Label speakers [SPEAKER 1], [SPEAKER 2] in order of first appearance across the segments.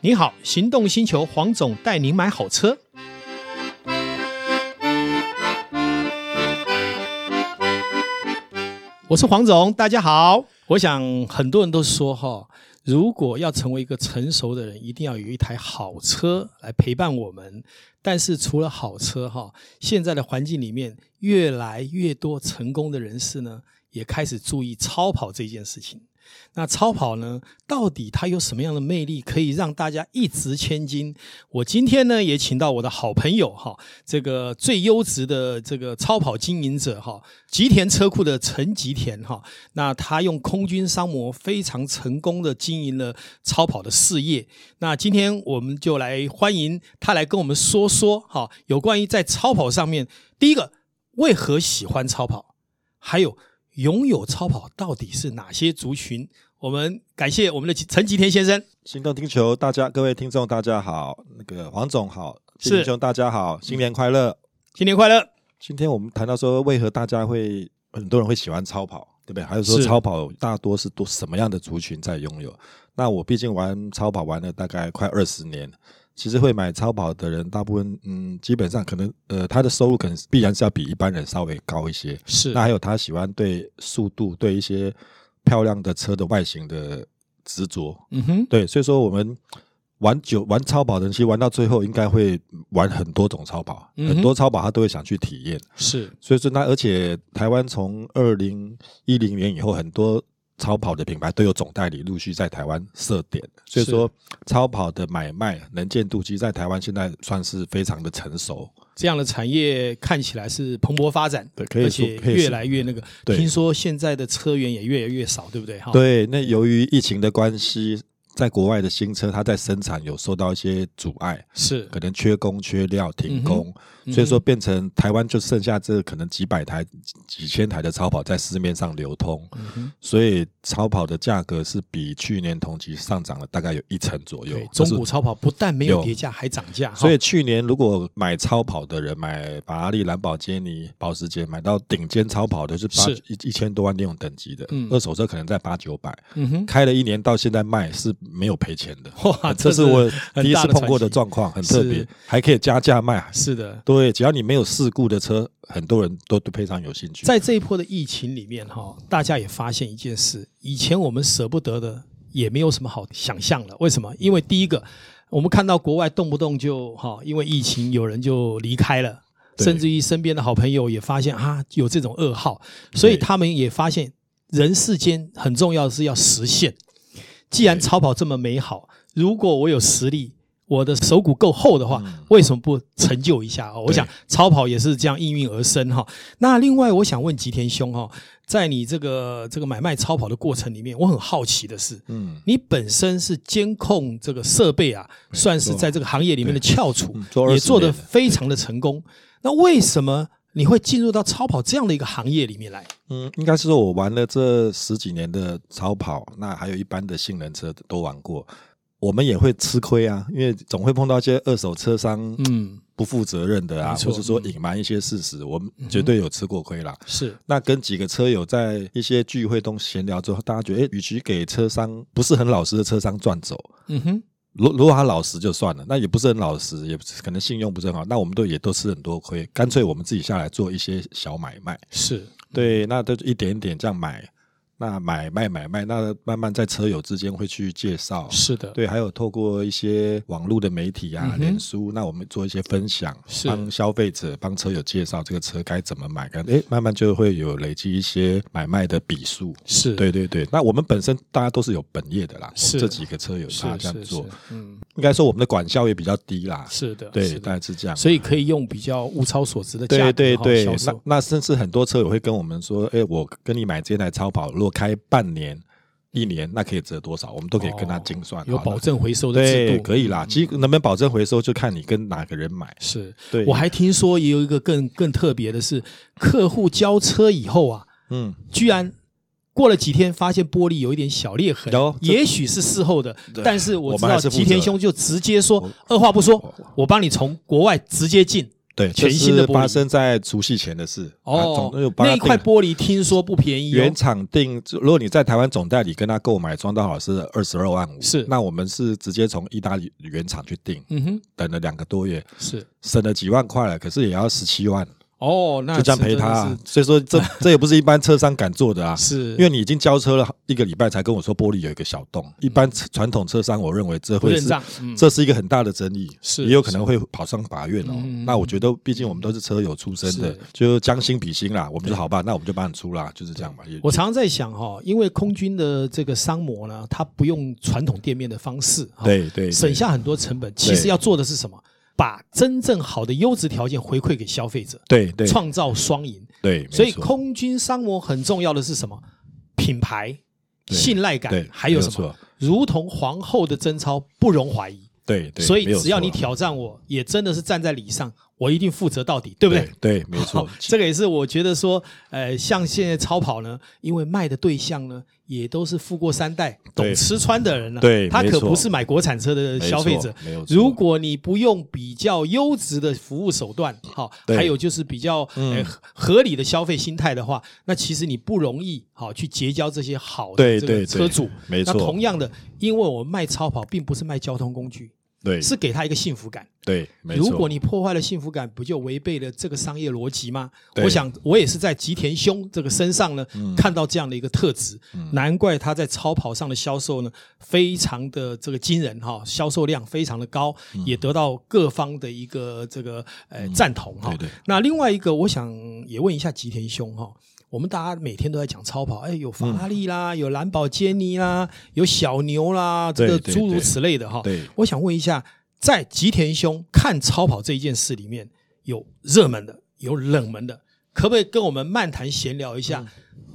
[SPEAKER 1] 你好，行动星球黄总带您买好车。我是黄总，大家好。
[SPEAKER 2] 我想很多人都说哈，如果要成为一个成熟的人，一定要有一台好车来陪伴我们。但是除了好车哈，现在的环境里面，越来越多成功的人士呢，也开始注意超跑这件事情。那超跑呢，到底它有什么样的魅力，可以让大家一掷千金？我今天呢，也请到我的好朋友哈，这个最优质的这个超跑经营者哈，吉田车库的陈吉田哈，那他用空军商模非常成功的经营了超跑的事业。那今天我们就来欢迎他来跟我们说说哈，有关于在超跑上面，第一个为何喜欢超跑，还有。拥有超跑到底是哪些族群？我们感谢我们的陈吉田先生。
[SPEAKER 3] 行动听球，大家各位听众大家好，那个黄总好，
[SPEAKER 2] 是嗯
[SPEAKER 3] 听众大家好，新年快乐！
[SPEAKER 2] 新年快乐！
[SPEAKER 3] 今天我们谈到说，为何大家会很多人会喜欢超跑，对不对？还有说
[SPEAKER 2] 是
[SPEAKER 3] 超跑大多是多什么样的族群在拥有？那我毕竟玩超跑玩了大概快二十年，其实会买超跑的人，大部分嗯，基本上可能呃，他的收入可能必然是要比一般人稍微高一些。
[SPEAKER 2] 是
[SPEAKER 3] 那还有他喜欢对速度、对一些漂亮的车的外形的执着，
[SPEAKER 2] 嗯哼，
[SPEAKER 3] 对，所以说我们玩久玩超跑的人，其实玩到最后应该会玩很多种超跑，啊
[SPEAKER 2] 嗯哼
[SPEAKER 3] 很多超跑他都会想去体验。
[SPEAKER 2] 是
[SPEAKER 3] 所以说那而且台湾从二零一零年以后，很多超跑的品牌都有总代理陆续在台湾设点，所以
[SPEAKER 2] 是
[SPEAKER 3] 说超跑的买卖能见度，其实在台湾现在算是非常的成熟。
[SPEAKER 2] 这样的产业看起来是蓬勃发展，
[SPEAKER 3] 对可以
[SPEAKER 2] 而且
[SPEAKER 3] 说可以是
[SPEAKER 2] 越来越那个。
[SPEAKER 3] 对
[SPEAKER 2] 听说现在的车源也越来越少，对不对？哈，，
[SPEAKER 3] 对，那由于疫情的关系。在国外的新车，它在生产有受到一些阻碍，
[SPEAKER 2] 是
[SPEAKER 3] 可能缺工、缺料、停
[SPEAKER 2] 嗯哼
[SPEAKER 3] 工，所以说变成台湾就剩下这可能几百台、几千台的超跑在市面上流通，
[SPEAKER 2] 嗯
[SPEAKER 3] 所以超跑的价格是比去年同期上涨了大概有一成左右
[SPEAKER 2] 对。
[SPEAKER 3] 这
[SPEAKER 2] 中
[SPEAKER 3] 是
[SPEAKER 2] 古超跑不但没有
[SPEAKER 3] 有
[SPEAKER 2] 跌价，还涨价，哈
[SPEAKER 3] 所以去年如果买超跑的人，买法拉利、兰博基尼、保时捷，买到顶尖超跑的是八
[SPEAKER 2] 是
[SPEAKER 3] 一一千多万那种等级的，
[SPEAKER 2] 嗯
[SPEAKER 3] 二手车可能在八九百，
[SPEAKER 2] 嗯哼，
[SPEAKER 3] 开了一年到现在卖是没有赔钱的。
[SPEAKER 2] 哇，
[SPEAKER 3] 这是
[SPEAKER 2] 真的
[SPEAKER 3] 我
[SPEAKER 2] 很
[SPEAKER 3] 第一
[SPEAKER 2] 大
[SPEAKER 3] 次
[SPEAKER 2] 的
[SPEAKER 3] 碰过
[SPEAKER 2] 传
[SPEAKER 3] 的
[SPEAKER 2] 奇
[SPEAKER 3] 状况，很特别
[SPEAKER 2] 是，
[SPEAKER 3] 还可以加价卖，
[SPEAKER 2] 是的，
[SPEAKER 3] 对，只要你没有事故的车，很多人都对非常有兴趣。
[SPEAKER 2] 在这一波的疫情里面，哈，大家也发现一件事：以前我们舍不得的，也没有什么好想象了。为什么？因为第一个，我们看到国外动不动就哈，因为疫情有人就离开了，
[SPEAKER 3] 对
[SPEAKER 2] 甚至于身边的好朋友也发现啊有这种噩耗，所以
[SPEAKER 3] 对
[SPEAKER 2] 他们也发现人世间很重要的是要实现。既然
[SPEAKER 3] 对
[SPEAKER 2] 超跑这么美好，如果我有实力，我的手骨够厚的话，为什么不成就一下？哦，我
[SPEAKER 3] 嗯对
[SPEAKER 2] 想超跑也是这样应运而生哈、那另外，我想问吉田兄哈、在你这个这个买卖超跑的过程里面，我很好奇的是，
[SPEAKER 3] 嗯，
[SPEAKER 2] 你本身是监控这个设备啊，算是在这个行业里面的翘楚
[SPEAKER 3] 嗯，做20
[SPEAKER 2] 也做得
[SPEAKER 3] 年了
[SPEAKER 2] 非常的成功。那为什么你会进入到超跑这样的一个行业里面来？
[SPEAKER 3] 嗯，应该是说我玩了这十几年的超跑，那还有一般的性能车都玩过，我们也会吃亏啊，因为总会碰到一些二手车商
[SPEAKER 2] 嗯，
[SPEAKER 3] 不负责任的啊，
[SPEAKER 2] 没错嗯
[SPEAKER 3] 或者说隐瞒一些事实，我们绝对有吃过亏啦。
[SPEAKER 2] 是
[SPEAKER 3] 那跟几个车友在一些聚会中闲聊之后，大家觉得，诶，与其给车商不是很老实的车商赚走，
[SPEAKER 2] 嗯哼，
[SPEAKER 3] 如如果他老实就算了，那也不是很老实，也不是可能信用不是很好，那我们都也都吃很多亏，干脆我们自己下来做一些小买卖。
[SPEAKER 2] 是
[SPEAKER 3] 对，那都一点一点这样买，那买卖买卖，那慢慢在车友之间会去介绍。
[SPEAKER 2] 是的，
[SPEAKER 3] 对，还有透过一些网络的媒体
[SPEAKER 2] 嗯
[SPEAKER 3] 啊、
[SPEAKER 2] 哼
[SPEAKER 3] 脸、书，那我们做一些分享，
[SPEAKER 2] 是
[SPEAKER 3] 帮消费者、帮车友介绍这个车该怎么买，干诶，慢慢就会有累积一些买卖的笔数。
[SPEAKER 2] 是，
[SPEAKER 3] 对对对，那我们本身大家都是有本业的啦，
[SPEAKER 2] 是
[SPEAKER 3] 这几个车友
[SPEAKER 2] 是
[SPEAKER 3] 大家这
[SPEAKER 2] 是
[SPEAKER 3] 样做
[SPEAKER 2] 是，，嗯，
[SPEAKER 3] 应该说我们的管销也比较低啦，
[SPEAKER 2] 是的，
[SPEAKER 3] 对
[SPEAKER 2] 是，的
[SPEAKER 3] 大概是这样。
[SPEAKER 2] 所以可以用比较物超所值的价格
[SPEAKER 3] 对对
[SPEAKER 2] 哈
[SPEAKER 3] 对
[SPEAKER 2] 销，
[SPEAKER 3] 那
[SPEAKER 2] 售，
[SPEAKER 3] 那甚至很多车友会跟我们说，哎，我跟你买这台超跑，如果开半年、一年，那可以折多少，我们都可以跟他精算，
[SPEAKER 2] 哦有
[SPEAKER 3] 好的
[SPEAKER 2] 保证回收的制
[SPEAKER 3] 对，
[SPEAKER 2] 度，嗯
[SPEAKER 3] 可以啦。其实能不能保证回收，就看你跟哪个人买。
[SPEAKER 2] 是，
[SPEAKER 3] 对，
[SPEAKER 2] 我还听说也有一个更更特别的是，客户交车以后啊，
[SPEAKER 3] 嗯，
[SPEAKER 2] 居然过了几天发现玻璃有一点小裂痕
[SPEAKER 3] 有，这
[SPEAKER 2] 也许是事后的，
[SPEAKER 3] 对
[SPEAKER 2] 但是我
[SPEAKER 3] 我
[SPEAKER 2] 知
[SPEAKER 3] 们还
[SPEAKER 2] 道
[SPEAKER 3] 是负责
[SPEAKER 2] 吉田兄就直接说，二话不说，我帮你从国外直接进，
[SPEAKER 3] 对，
[SPEAKER 2] 全
[SPEAKER 3] 这
[SPEAKER 2] 新的
[SPEAKER 3] 是
[SPEAKER 2] 玻璃
[SPEAKER 3] 发生在除夕前的事。啊
[SPEAKER 2] 哦
[SPEAKER 3] 总之就，帮他
[SPEAKER 2] 那一
[SPEAKER 3] 定
[SPEAKER 2] 块玻璃听说不便宜、哦
[SPEAKER 3] 原，厂定，就如果你在台湾总代理跟他购买装到好是二十二万五，
[SPEAKER 2] 是
[SPEAKER 3] 那我们是直接从意大利原厂去订，
[SPEAKER 2] 嗯哼，
[SPEAKER 3] 等了两个多月，
[SPEAKER 2] 是
[SPEAKER 3] 省了几万块了，可是也要十七万，
[SPEAKER 2] 哦，那
[SPEAKER 3] 就这样赔他啊、所以说 这这也不是一般车商敢做的啊。
[SPEAKER 2] 是，是
[SPEAKER 3] 因为你已经交车了一个礼拜，才跟我说玻璃有一个小洞。一般车传统车商，我认为这
[SPEAKER 2] 嗯不
[SPEAKER 3] 会
[SPEAKER 2] 认
[SPEAKER 3] 是
[SPEAKER 2] 账，嗯
[SPEAKER 3] 这是一个很大的争议，
[SPEAKER 2] 是
[SPEAKER 3] 也有可能会跑上法院哦
[SPEAKER 2] 嗯嗯嗯。
[SPEAKER 3] 那我觉得，毕竟我们都是车友出身的
[SPEAKER 2] 是，
[SPEAKER 3] 就将心比心啦。我们就好办，那我们就帮你出啦，就是这样吧。也
[SPEAKER 2] 我常常在想哈、因为空军的这个商模呢，它不用传统店面的方式、哈，
[SPEAKER 3] 对对对
[SPEAKER 2] 省下很多成本。其实要做的是什么？把真正好的优质条件回馈给消费者，
[SPEAKER 3] 对对
[SPEAKER 2] 创造双赢。
[SPEAKER 3] 对，没
[SPEAKER 2] 所以
[SPEAKER 3] 错
[SPEAKER 2] 空军商模很重要的是什么？品牌、
[SPEAKER 3] 对
[SPEAKER 2] 信赖感
[SPEAKER 3] 对，
[SPEAKER 2] 还有
[SPEAKER 3] 没
[SPEAKER 2] 什么
[SPEAKER 3] 错？
[SPEAKER 2] 如同皇后的贞操，不容怀疑。
[SPEAKER 3] 对对，
[SPEAKER 2] 所
[SPEAKER 3] 没有
[SPEAKER 2] 以只要
[SPEAKER 3] 错啊
[SPEAKER 2] 你挑战我，也真的是站在理上，我一定负责到底，对不对？
[SPEAKER 3] 对对，没错
[SPEAKER 2] 好， 这个也是我觉得说，呃，像现在超跑呢，因为卖的对象呢，也都是富过三代、懂
[SPEAKER 3] 对
[SPEAKER 2] 吃穿的人了、
[SPEAKER 3] 对
[SPEAKER 2] 他
[SPEAKER 3] 没
[SPEAKER 2] 可
[SPEAKER 3] 错
[SPEAKER 2] 不是买国产车的消费者
[SPEAKER 3] 没有。错
[SPEAKER 2] 如果你不用比较优质的服务手段，好，
[SPEAKER 3] 对嗯
[SPEAKER 2] 还有就是比较呃合合理的消费心态的话，那其实你不容易好去结交这些好的
[SPEAKER 3] 对
[SPEAKER 2] 这个
[SPEAKER 3] 对
[SPEAKER 2] 车
[SPEAKER 3] 对
[SPEAKER 2] 主。
[SPEAKER 3] 没
[SPEAKER 2] 那
[SPEAKER 3] 错
[SPEAKER 2] 同样的，因为我们卖超跑并不是卖交通工具，
[SPEAKER 3] 对
[SPEAKER 2] 是给他一个幸福感。
[SPEAKER 3] 对，没错。
[SPEAKER 2] 如果你破坏了幸福感，不就违背了这个商业逻辑吗？
[SPEAKER 3] 对嗯
[SPEAKER 2] 我想，我也是在吉田兄这个身上呢，看到这样的一个特质，难怪他在超跑上的销售呢，非常的这个惊人哈、销售量非常的高，
[SPEAKER 3] 嗯
[SPEAKER 2] 也得到各方的一个这个呃赞同哈、
[SPEAKER 3] 对对
[SPEAKER 2] 那另外一个，我想也问一下吉田兄哈、我们大家每天都在讲超跑，哎，有法拉利啦，有兰博基尼啦，有小牛啦，这个
[SPEAKER 3] 嗯对对
[SPEAKER 2] 诸如
[SPEAKER 3] 对
[SPEAKER 2] 此类的哈、
[SPEAKER 3] 对
[SPEAKER 2] 我想问一下，在吉田兄看超跑这一件事里面，有热门的，有冷门的，可不可以跟我们漫谈闲聊一下，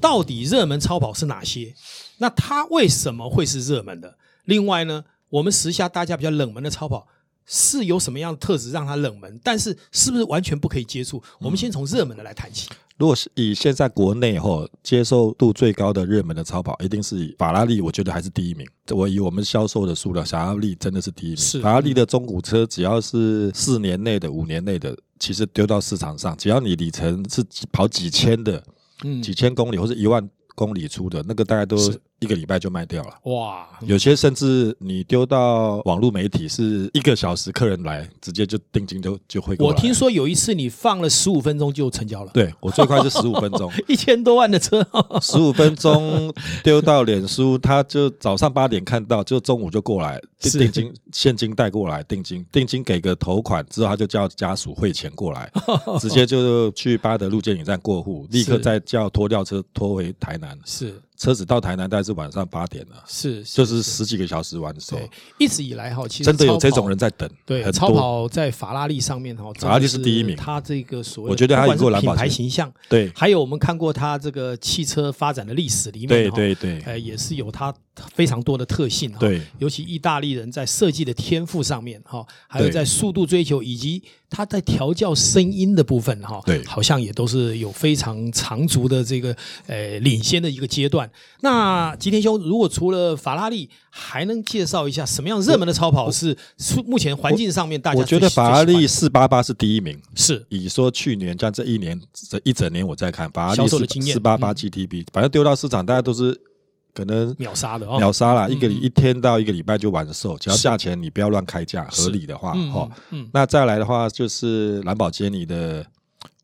[SPEAKER 2] 到底热门超跑是哪些？那它为什么会是热门的？另外呢，我们时下大家比较冷门的超跑。是有什么样的特质让它冷门？但是是不是完全不可以接触？我们先从热门的来谈起。
[SPEAKER 3] 如果是以现在国内吼接受度最高的热门的超跑，一定是以法拉利，我觉得还是第一名。我以我们销售的数量，法拉利真的是第一名。
[SPEAKER 2] 是嗯
[SPEAKER 3] 法拉利的中古车，只要是四年内的、五年内的，其实丢到市场上，只要你里程是几跑几千的，
[SPEAKER 2] 嗯
[SPEAKER 3] 几千公里或者一万公里出的，那个大概都
[SPEAKER 2] 是嗯
[SPEAKER 3] 一个礼拜就卖掉了。
[SPEAKER 2] 哇，
[SPEAKER 3] 有些甚至你丢到网络媒体是一个小时，客人来直接就定金就就汇过来
[SPEAKER 2] 我
[SPEAKER 3] 了。
[SPEAKER 2] 听说有一次你放了十五分钟就成交了，
[SPEAKER 3] 对我最快是十五分钟，
[SPEAKER 2] 一千多万的车，
[SPEAKER 3] 十五分钟丢到脸书，他就早上八点看到，就中午就过来，
[SPEAKER 2] 是
[SPEAKER 3] 定金现金带过来，定金定金给个头款之后，他就叫家属汇钱 过来，直接就去巴德路监理站过户，立刻
[SPEAKER 2] 是
[SPEAKER 3] 再叫拖吊车拖回台南，
[SPEAKER 2] 是
[SPEAKER 3] 车子到台南大概是晚上八点了，
[SPEAKER 2] 是，
[SPEAKER 3] 就是十几个小时完售，
[SPEAKER 2] 对，一直以来哈，其实
[SPEAKER 3] 真的哦有
[SPEAKER 2] 超跑
[SPEAKER 3] 这种人。在等，
[SPEAKER 2] 对，
[SPEAKER 3] 很
[SPEAKER 2] 超
[SPEAKER 3] 多，
[SPEAKER 2] 跑在法拉利上面哈，
[SPEAKER 3] 法拉利
[SPEAKER 2] 真的
[SPEAKER 3] 是第一名
[SPEAKER 2] 它这个所谓的，
[SPEAKER 3] 我觉得它
[SPEAKER 2] 不管
[SPEAKER 3] 赢过
[SPEAKER 2] 是
[SPEAKER 3] 兰
[SPEAKER 2] 品
[SPEAKER 3] 博基尼
[SPEAKER 2] 牌形象，
[SPEAKER 3] 对
[SPEAKER 2] 还有我们看过它这个汽车发展的历史里面，
[SPEAKER 3] 对
[SPEAKER 2] 哈
[SPEAKER 3] 对对
[SPEAKER 2] 呃，也是有它非常多的特性哈。
[SPEAKER 3] 对
[SPEAKER 2] 尤其意大利人在设计的天赋上面哈，还有
[SPEAKER 3] 对
[SPEAKER 2] 在速度追求以及他在调教声音的部分哈，
[SPEAKER 3] 对
[SPEAKER 2] 好像也都是有非常长足的这个呃领先的一个阶段。那吉田兄，如果除了法拉利，还能介绍一下什么样热门的超跑是是目前环境上面大家
[SPEAKER 3] 我觉
[SPEAKER 2] 最
[SPEAKER 3] 得
[SPEAKER 2] 喜最
[SPEAKER 3] 法拉
[SPEAKER 2] 喜欢
[SPEAKER 3] 利
[SPEAKER 2] 的
[SPEAKER 3] 四八八是第一名，
[SPEAKER 2] 是
[SPEAKER 3] 以说去年像这一年这一整年我在看法拉
[SPEAKER 2] 销
[SPEAKER 3] 利
[SPEAKER 2] 售
[SPEAKER 3] 四
[SPEAKER 2] 的经验嗯
[SPEAKER 3] 四八八 GTB，反正丢到市场大家都是可能
[SPEAKER 2] 秒杀的哦，
[SPEAKER 3] 秒杀啦，一个一天到一个礼拜就完售，只要价钱你不要乱开价，
[SPEAKER 2] 是
[SPEAKER 3] 合理的话
[SPEAKER 2] 嗯
[SPEAKER 3] 哈。
[SPEAKER 2] 嗯
[SPEAKER 3] 那再来的话就是兰博基尼的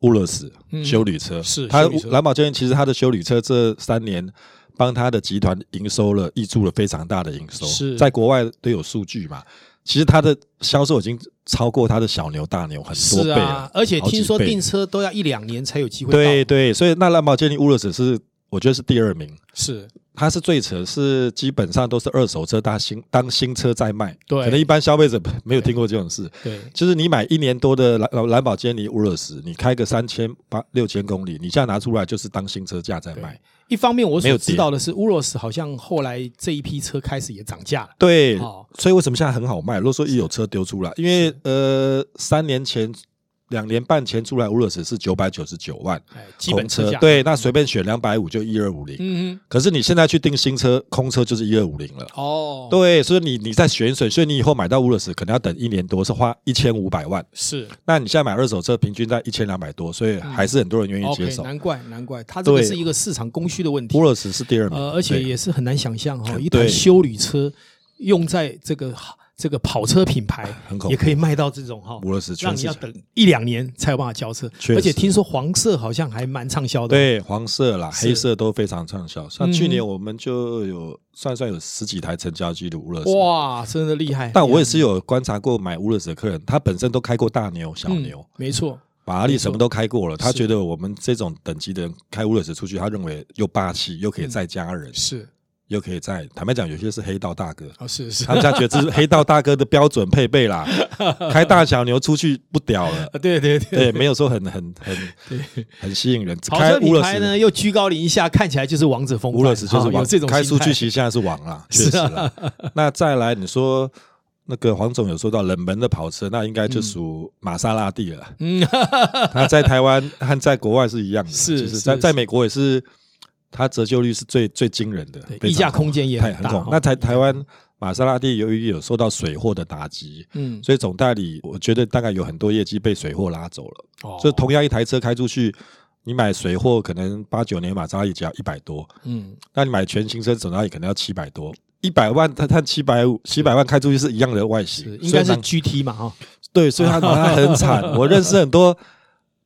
[SPEAKER 3] 乌勒斯
[SPEAKER 2] 嗯
[SPEAKER 3] 修旅车，
[SPEAKER 2] 是
[SPEAKER 3] 它
[SPEAKER 2] 修旅车
[SPEAKER 3] 兰博基尼其实它的修旅车这三年。帮它的集团营收了，挹注了非常大的营收，
[SPEAKER 2] 是
[SPEAKER 3] 在国外都有数据嘛。其实它的销售已经超过它的小牛、大牛很
[SPEAKER 2] 是
[SPEAKER 3] 多倍了
[SPEAKER 2] 啊，，而且
[SPEAKER 3] 好几
[SPEAKER 2] 听说
[SPEAKER 3] 倍
[SPEAKER 2] 订车都要一两年才有机会到，
[SPEAKER 3] 对对，所以那兰博基尼乌鲁斯是我觉得是第二名，
[SPEAKER 2] 是
[SPEAKER 3] 它是最扯，是基本上都是二手车当新当新车在卖，
[SPEAKER 2] 对
[SPEAKER 3] 可能一般消费者没有听过这种事。
[SPEAKER 2] 对
[SPEAKER 3] 就是你买一年多的兰兰博基尼乌鲁斯，你开个三千八六千公里，你现在拿出来就是当新车价在卖。
[SPEAKER 2] 一方面，我
[SPEAKER 3] 没
[SPEAKER 2] 所
[SPEAKER 3] 有
[SPEAKER 2] 知
[SPEAKER 3] 跌
[SPEAKER 2] 道的是，乌罗斯好像后来这一批车开始也涨价了。
[SPEAKER 3] 对
[SPEAKER 2] 哦，
[SPEAKER 3] 所以为什么现在很好卖？如果说一有车丢出来，因为呃三年前两年半前出来乌鲁斯是九百九十九万，
[SPEAKER 2] 哎，基本
[SPEAKER 3] 空
[SPEAKER 2] 车
[SPEAKER 3] 车
[SPEAKER 2] 价，
[SPEAKER 3] 对，那随便选两百五就一二五零。
[SPEAKER 2] 嗯
[SPEAKER 3] 可是你现在去订新车，空车就是一二五零了。
[SPEAKER 2] 哼，哦，，
[SPEAKER 3] 对，所以你你在选水，所以你以后买到乌鲁斯可能要等一年多，是花一千五百万。
[SPEAKER 2] 是
[SPEAKER 3] 那你现在买二手车，平均在一千两百多，所以还是很多人愿意接
[SPEAKER 2] OK，
[SPEAKER 3] 手。
[SPEAKER 2] 难怪难怪，它这个
[SPEAKER 3] 对
[SPEAKER 2] 是一个市场供需的问题
[SPEAKER 3] 乌，鲁斯是第二名，
[SPEAKER 2] 呃，而且
[SPEAKER 3] 对
[SPEAKER 2] 也是很难想象哈，一
[SPEAKER 3] 对
[SPEAKER 2] 台修旅车用在这个这个跑车品牌，
[SPEAKER 3] 很恐怖
[SPEAKER 2] 也可以卖到这种哈，
[SPEAKER 3] 乌鲁斯
[SPEAKER 2] 让
[SPEAKER 3] 全
[SPEAKER 2] 你
[SPEAKER 3] 是
[SPEAKER 2] 要等一两年才有办法交车，
[SPEAKER 3] 确实
[SPEAKER 2] 而且听说黄色好像还蛮畅销的，，
[SPEAKER 3] 对黄色啦、
[SPEAKER 2] 是
[SPEAKER 3] 黑色都非常畅销。像去
[SPEAKER 2] 嗯
[SPEAKER 3] 年我们就有算算有十几台成交记录乌鲁斯。
[SPEAKER 2] 哇，真的厉害。
[SPEAKER 3] 但我也
[SPEAKER 2] 嗯
[SPEAKER 3] 是有观察过买乌鲁斯的客人，他本身都开过大牛、小牛，
[SPEAKER 2] 嗯没错，
[SPEAKER 3] 法拉利什么都开过了，他
[SPEAKER 2] 是
[SPEAKER 3] 觉得我们这种等级的人开乌鲁斯出去，他认为又霸气，又可以载家人，
[SPEAKER 2] 是
[SPEAKER 3] 又可以载。坦白讲，有些是黑道大哥，
[SPEAKER 2] 啊，是是
[SPEAKER 3] 他们家觉得这是黑道大哥的标准配 备啦，开大小牛出去不屌了。
[SPEAKER 2] 啊，对对对。
[SPEAKER 3] 对，没有说很很很很吸引人。
[SPEAKER 2] 跑车
[SPEAKER 3] 开乌
[SPEAKER 2] 品
[SPEAKER 3] 鲁
[SPEAKER 2] 牌
[SPEAKER 3] 斯，
[SPEAKER 2] 呢又居高临下，看起来就是王者风范。
[SPEAKER 3] 乌鲁斯就是
[SPEAKER 2] 哈有
[SPEAKER 3] 王
[SPEAKER 2] 这，种
[SPEAKER 3] 开
[SPEAKER 2] 心
[SPEAKER 3] 数
[SPEAKER 2] 态
[SPEAKER 3] 据旗下是王啦，确
[SPEAKER 2] 是啊
[SPEAKER 3] 实啦。那再来，你说那个黄总有说到冷门的跑车，那应该就属玛莎拉蒂了。
[SPEAKER 2] 嗯，
[SPEAKER 3] 它在台湾和在国外是一样的，
[SPEAKER 2] 是
[SPEAKER 3] 就是
[SPEAKER 2] 是
[SPEAKER 3] 在
[SPEAKER 2] 是
[SPEAKER 3] 在美国也是，它折旧率是最最惊人的，
[SPEAKER 2] 对
[SPEAKER 3] 非常
[SPEAKER 2] 溢价空间也
[SPEAKER 3] 太
[SPEAKER 2] 很
[SPEAKER 3] 很
[SPEAKER 2] 大啊哦
[SPEAKER 3] 恐
[SPEAKER 2] 哈。
[SPEAKER 3] 怖。那台台湾玛莎拉蒂由于有受到水货的打击，
[SPEAKER 2] 嗯，
[SPEAKER 3] 所以总代理我觉得大概有很多业绩被水货拉走了。
[SPEAKER 2] 哦
[SPEAKER 3] 所以同样一台车开出去，你买水货可能八九年玛莎拉蒂只要一百多，
[SPEAKER 2] 嗯，
[SPEAKER 3] 那你买全新车总代理可能要七百多。一百万，它它七百五，七百万开出去是一样的外形
[SPEAKER 2] 是，应该是
[SPEAKER 3] 所以
[SPEAKER 2] GT 嘛哦哈。
[SPEAKER 3] 对，所以他拿他 很惨。我认识很多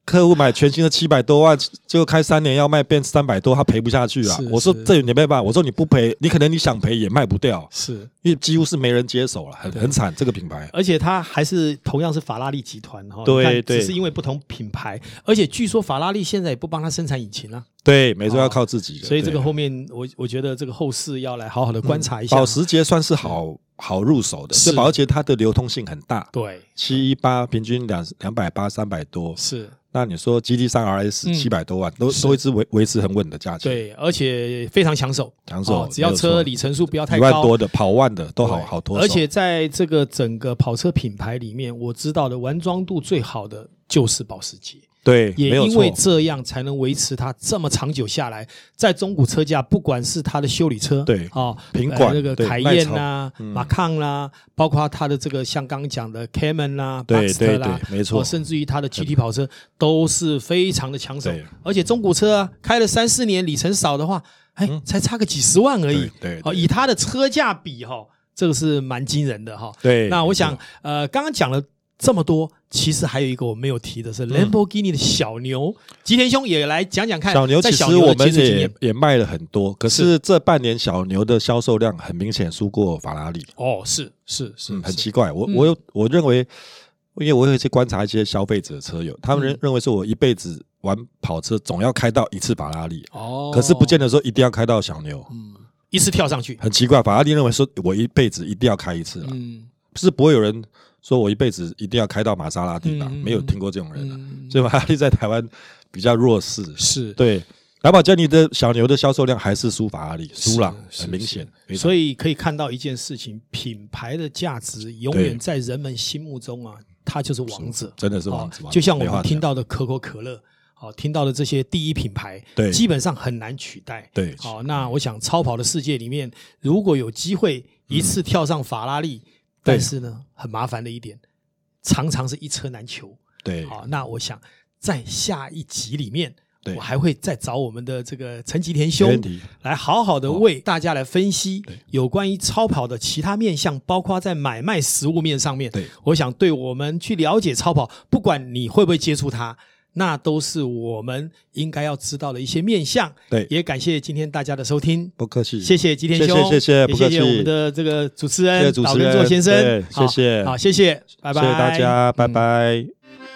[SPEAKER 3] 客户买全新的七百多万，就开三年要卖变三百多，他赔不下去啊
[SPEAKER 2] 是。
[SPEAKER 3] 我说
[SPEAKER 2] 是
[SPEAKER 3] 这你没办法，我说你不赔，你可能你想赔也卖不掉，
[SPEAKER 2] 是，
[SPEAKER 3] 因为几 乎是没人接手了，很很惨这个品牌。
[SPEAKER 2] 而且它还是同样是法拉利集团哈，
[SPEAKER 3] 对
[SPEAKER 2] 你看
[SPEAKER 3] 对
[SPEAKER 2] 只是因为不同品牌，而且据说法拉利现在也不帮它生产引擎啊，
[SPEAKER 3] 对，没错，
[SPEAKER 2] 哦
[SPEAKER 3] 要靠自己的。
[SPEAKER 2] 所以这个
[SPEAKER 3] 对
[SPEAKER 2] 后面我我觉得这个后市要来好好的观察一下。啊
[SPEAKER 3] 保时捷算是好好入手的，
[SPEAKER 2] 是
[SPEAKER 3] 这保时捷它的流通性很大。
[SPEAKER 2] 对，
[SPEAKER 3] 七一八平均两两百八三百多，
[SPEAKER 2] 是
[SPEAKER 3] 那你说 GT 三
[SPEAKER 2] 嗯
[SPEAKER 3] RS 七百多万，都都一直维维持很稳的价钱，，
[SPEAKER 2] 对，而且非常抢手，
[SPEAKER 3] 抢手
[SPEAKER 2] 哦只要
[SPEAKER 3] 没有
[SPEAKER 2] 车
[SPEAKER 3] 错
[SPEAKER 2] 里程数不要太
[SPEAKER 3] 一
[SPEAKER 2] 高，
[SPEAKER 3] 万多的跑万的都好
[SPEAKER 2] 对
[SPEAKER 3] 好脱手，
[SPEAKER 2] 而且在这个整个跑车品牌里面，我知道的完装度最好的就是保时捷，
[SPEAKER 3] 对，
[SPEAKER 2] 也
[SPEAKER 3] 没有
[SPEAKER 2] 因为
[SPEAKER 3] 错
[SPEAKER 2] 这样才能维持它这么长久下来，在中古车价，不管是它的修理车，
[SPEAKER 3] 对
[SPEAKER 2] 啊，
[SPEAKER 3] 品管
[SPEAKER 2] 呃那个
[SPEAKER 3] 对嗯
[SPEAKER 2] 凯
[SPEAKER 3] 耐
[SPEAKER 2] 宴
[SPEAKER 3] 操
[SPEAKER 2] 啦、马抗啦，包括它的这个像刚刚讲的 Cayman 啦、
[SPEAKER 3] 对
[SPEAKER 2] Boxster 啦，
[SPEAKER 3] 对对没错
[SPEAKER 2] 哦甚至于它的 GT 跑车都是非常的抢手
[SPEAKER 3] 对，
[SPEAKER 2] 而且中古车啊，开了三四年里程少的话，哎，
[SPEAKER 3] 嗯
[SPEAKER 2] 才差个几十万而已
[SPEAKER 3] 对，对
[SPEAKER 2] 哦，
[SPEAKER 3] 对
[SPEAKER 2] 以它的车价比哈、这个是蛮惊人的哈、
[SPEAKER 3] 对
[SPEAKER 2] 那我
[SPEAKER 3] 没
[SPEAKER 2] 想
[SPEAKER 3] 错，
[SPEAKER 2] 呃，刚刚讲了这么多，其实还有一个我没有提的
[SPEAKER 3] 嗯
[SPEAKER 2] 是 Lamborghini 的小牛，吉田兄也来讲讲看。
[SPEAKER 3] 小牛
[SPEAKER 2] 在
[SPEAKER 3] 其
[SPEAKER 2] 小
[SPEAKER 3] 实
[SPEAKER 2] 牛
[SPEAKER 3] 我
[SPEAKER 2] 的接
[SPEAKER 3] 们
[SPEAKER 2] 触经验
[SPEAKER 3] 也也卖了很多，可是这半年小牛的销售量很明显输过法拉利，
[SPEAKER 2] 哦，是是是，
[SPEAKER 3] 嗯，很
[SPEAKER 2] 是
[SPEAKER 3] 奇怪。我我有我认为，因为我会去观察一些消费者车友，他们
[SPEAKER 2] 嗯
[SPEAKER 3] 认认为说我一辈子玩跑车总要开到一次法拉利，
[SPEAKER 2] 哦，嗯
[SPEAKER 3] 可是不见得说一定要开到小牛，
[SPEAKER 2] 一次跳上去。
[SPEAKER 3] 很奇怪。法拉利认为说我一辈子一定要开一次啦，
[SPEAKER 2] 嗯，
[SPEAKER 3] 是不会有人说我一辈子一定要开到玛莎拉蒂吧？
[SPEAKER 2] 嗯嗯
[SPEAKER 3] 没有听过这种人啊
[SPEAKER 2] 嗯
[SPEAKER 3] 所以玛莎拉蒂在台湾比较弱势，
[SPEAKER 2] 是。
[SPEAKER 3] 对，兰博基尼的小牛的销售量还是输法拉利，输了，
[SPEAKER 2] 是
[SPEAKER 3] 很明显。没错
[SPEAKER 2] 所以可以看到一件事情，品牌的价值永
[SPEAKER 3] 对
[SPEAKER 2] 远在人们心目中啊，它就是王者。
[SPEAKER 3] 真的是王
[SPEAKER 2] 哦
[SPEAKER 3] 子王子，
[SPEAKER 2] 就像我
[SPEAKER 3] 没话
[SPEAKER 2] 们
[SPEAKER 3] 讲
[SPEAKER 2] 听到的可口可乐，哦，听到的这些第一品牌，
[SPEAKER 3] 对
[SPEAKER 2] 基本上很难取代。
[SPEAKER 3] 对
[SPEAKER 2] 好、那我想超跑的世界里面，如果有机会一
[SPEAKER 3] 嗯
[SPEAKER 2] 次跳上法拉利，但是呢，很麻烦的一点，常常是一车难求。
[SPEAKER 3] 对
[SPEAKER 2] 好、那我想在下一集里面，
[SPEAKER 3] 对
[SPEAKER 2] 我还会再找我们的这个陈吉田
[SPEAKER 3] 没
[SPEAKER 2] 兄
[SPEAKER 3] 问题哦
[SPEAKER 2] 来好好的为大家来分析有关于超跑的其他面向，包括在买卖实物面上面。
[SPEAKER 3] 对，
[SPEAKER 2] 我想对我们去了解超跑，不管你会不会接触它。那都是我们应该要知道的一些面向。
[SPEAKER 3] 对
[SPEAKER 2] 也感谢今天大家的收听，
[SPEAKER 3] 不客气，
[SPEAKER 2] 谢谢吉田
[SPEAKER 3] 嗯谢谢
[SPEAKER 2] 兄，
[SPEAKER 3] 谢谢
[SPEAKER 2] 也
[SPEAKER 3] 不客
[SPEAKER 2] 谢谢我们
[SPEAKER 3] 气
[SPEAKER 2] 的这个主持人
[SPEAKER 3] 谢谢主
[SPEAKER 2] 老
[SPEAKER 3] 持
[SPEAKER 2] 根
[SPEAKER 3] 人
[SPEAKER 2] 座先生
[SPEAKER 3] 对，
[SPEAKER 2] 好
[SPEAKER 3] 谢谢
[SPEAKER 2] 好，谢谢，拜拜，
[SPEAKER 3] 谢谢大家，拜
[SPEAKER 2] 嗯
[SPEAKER 3] 拜。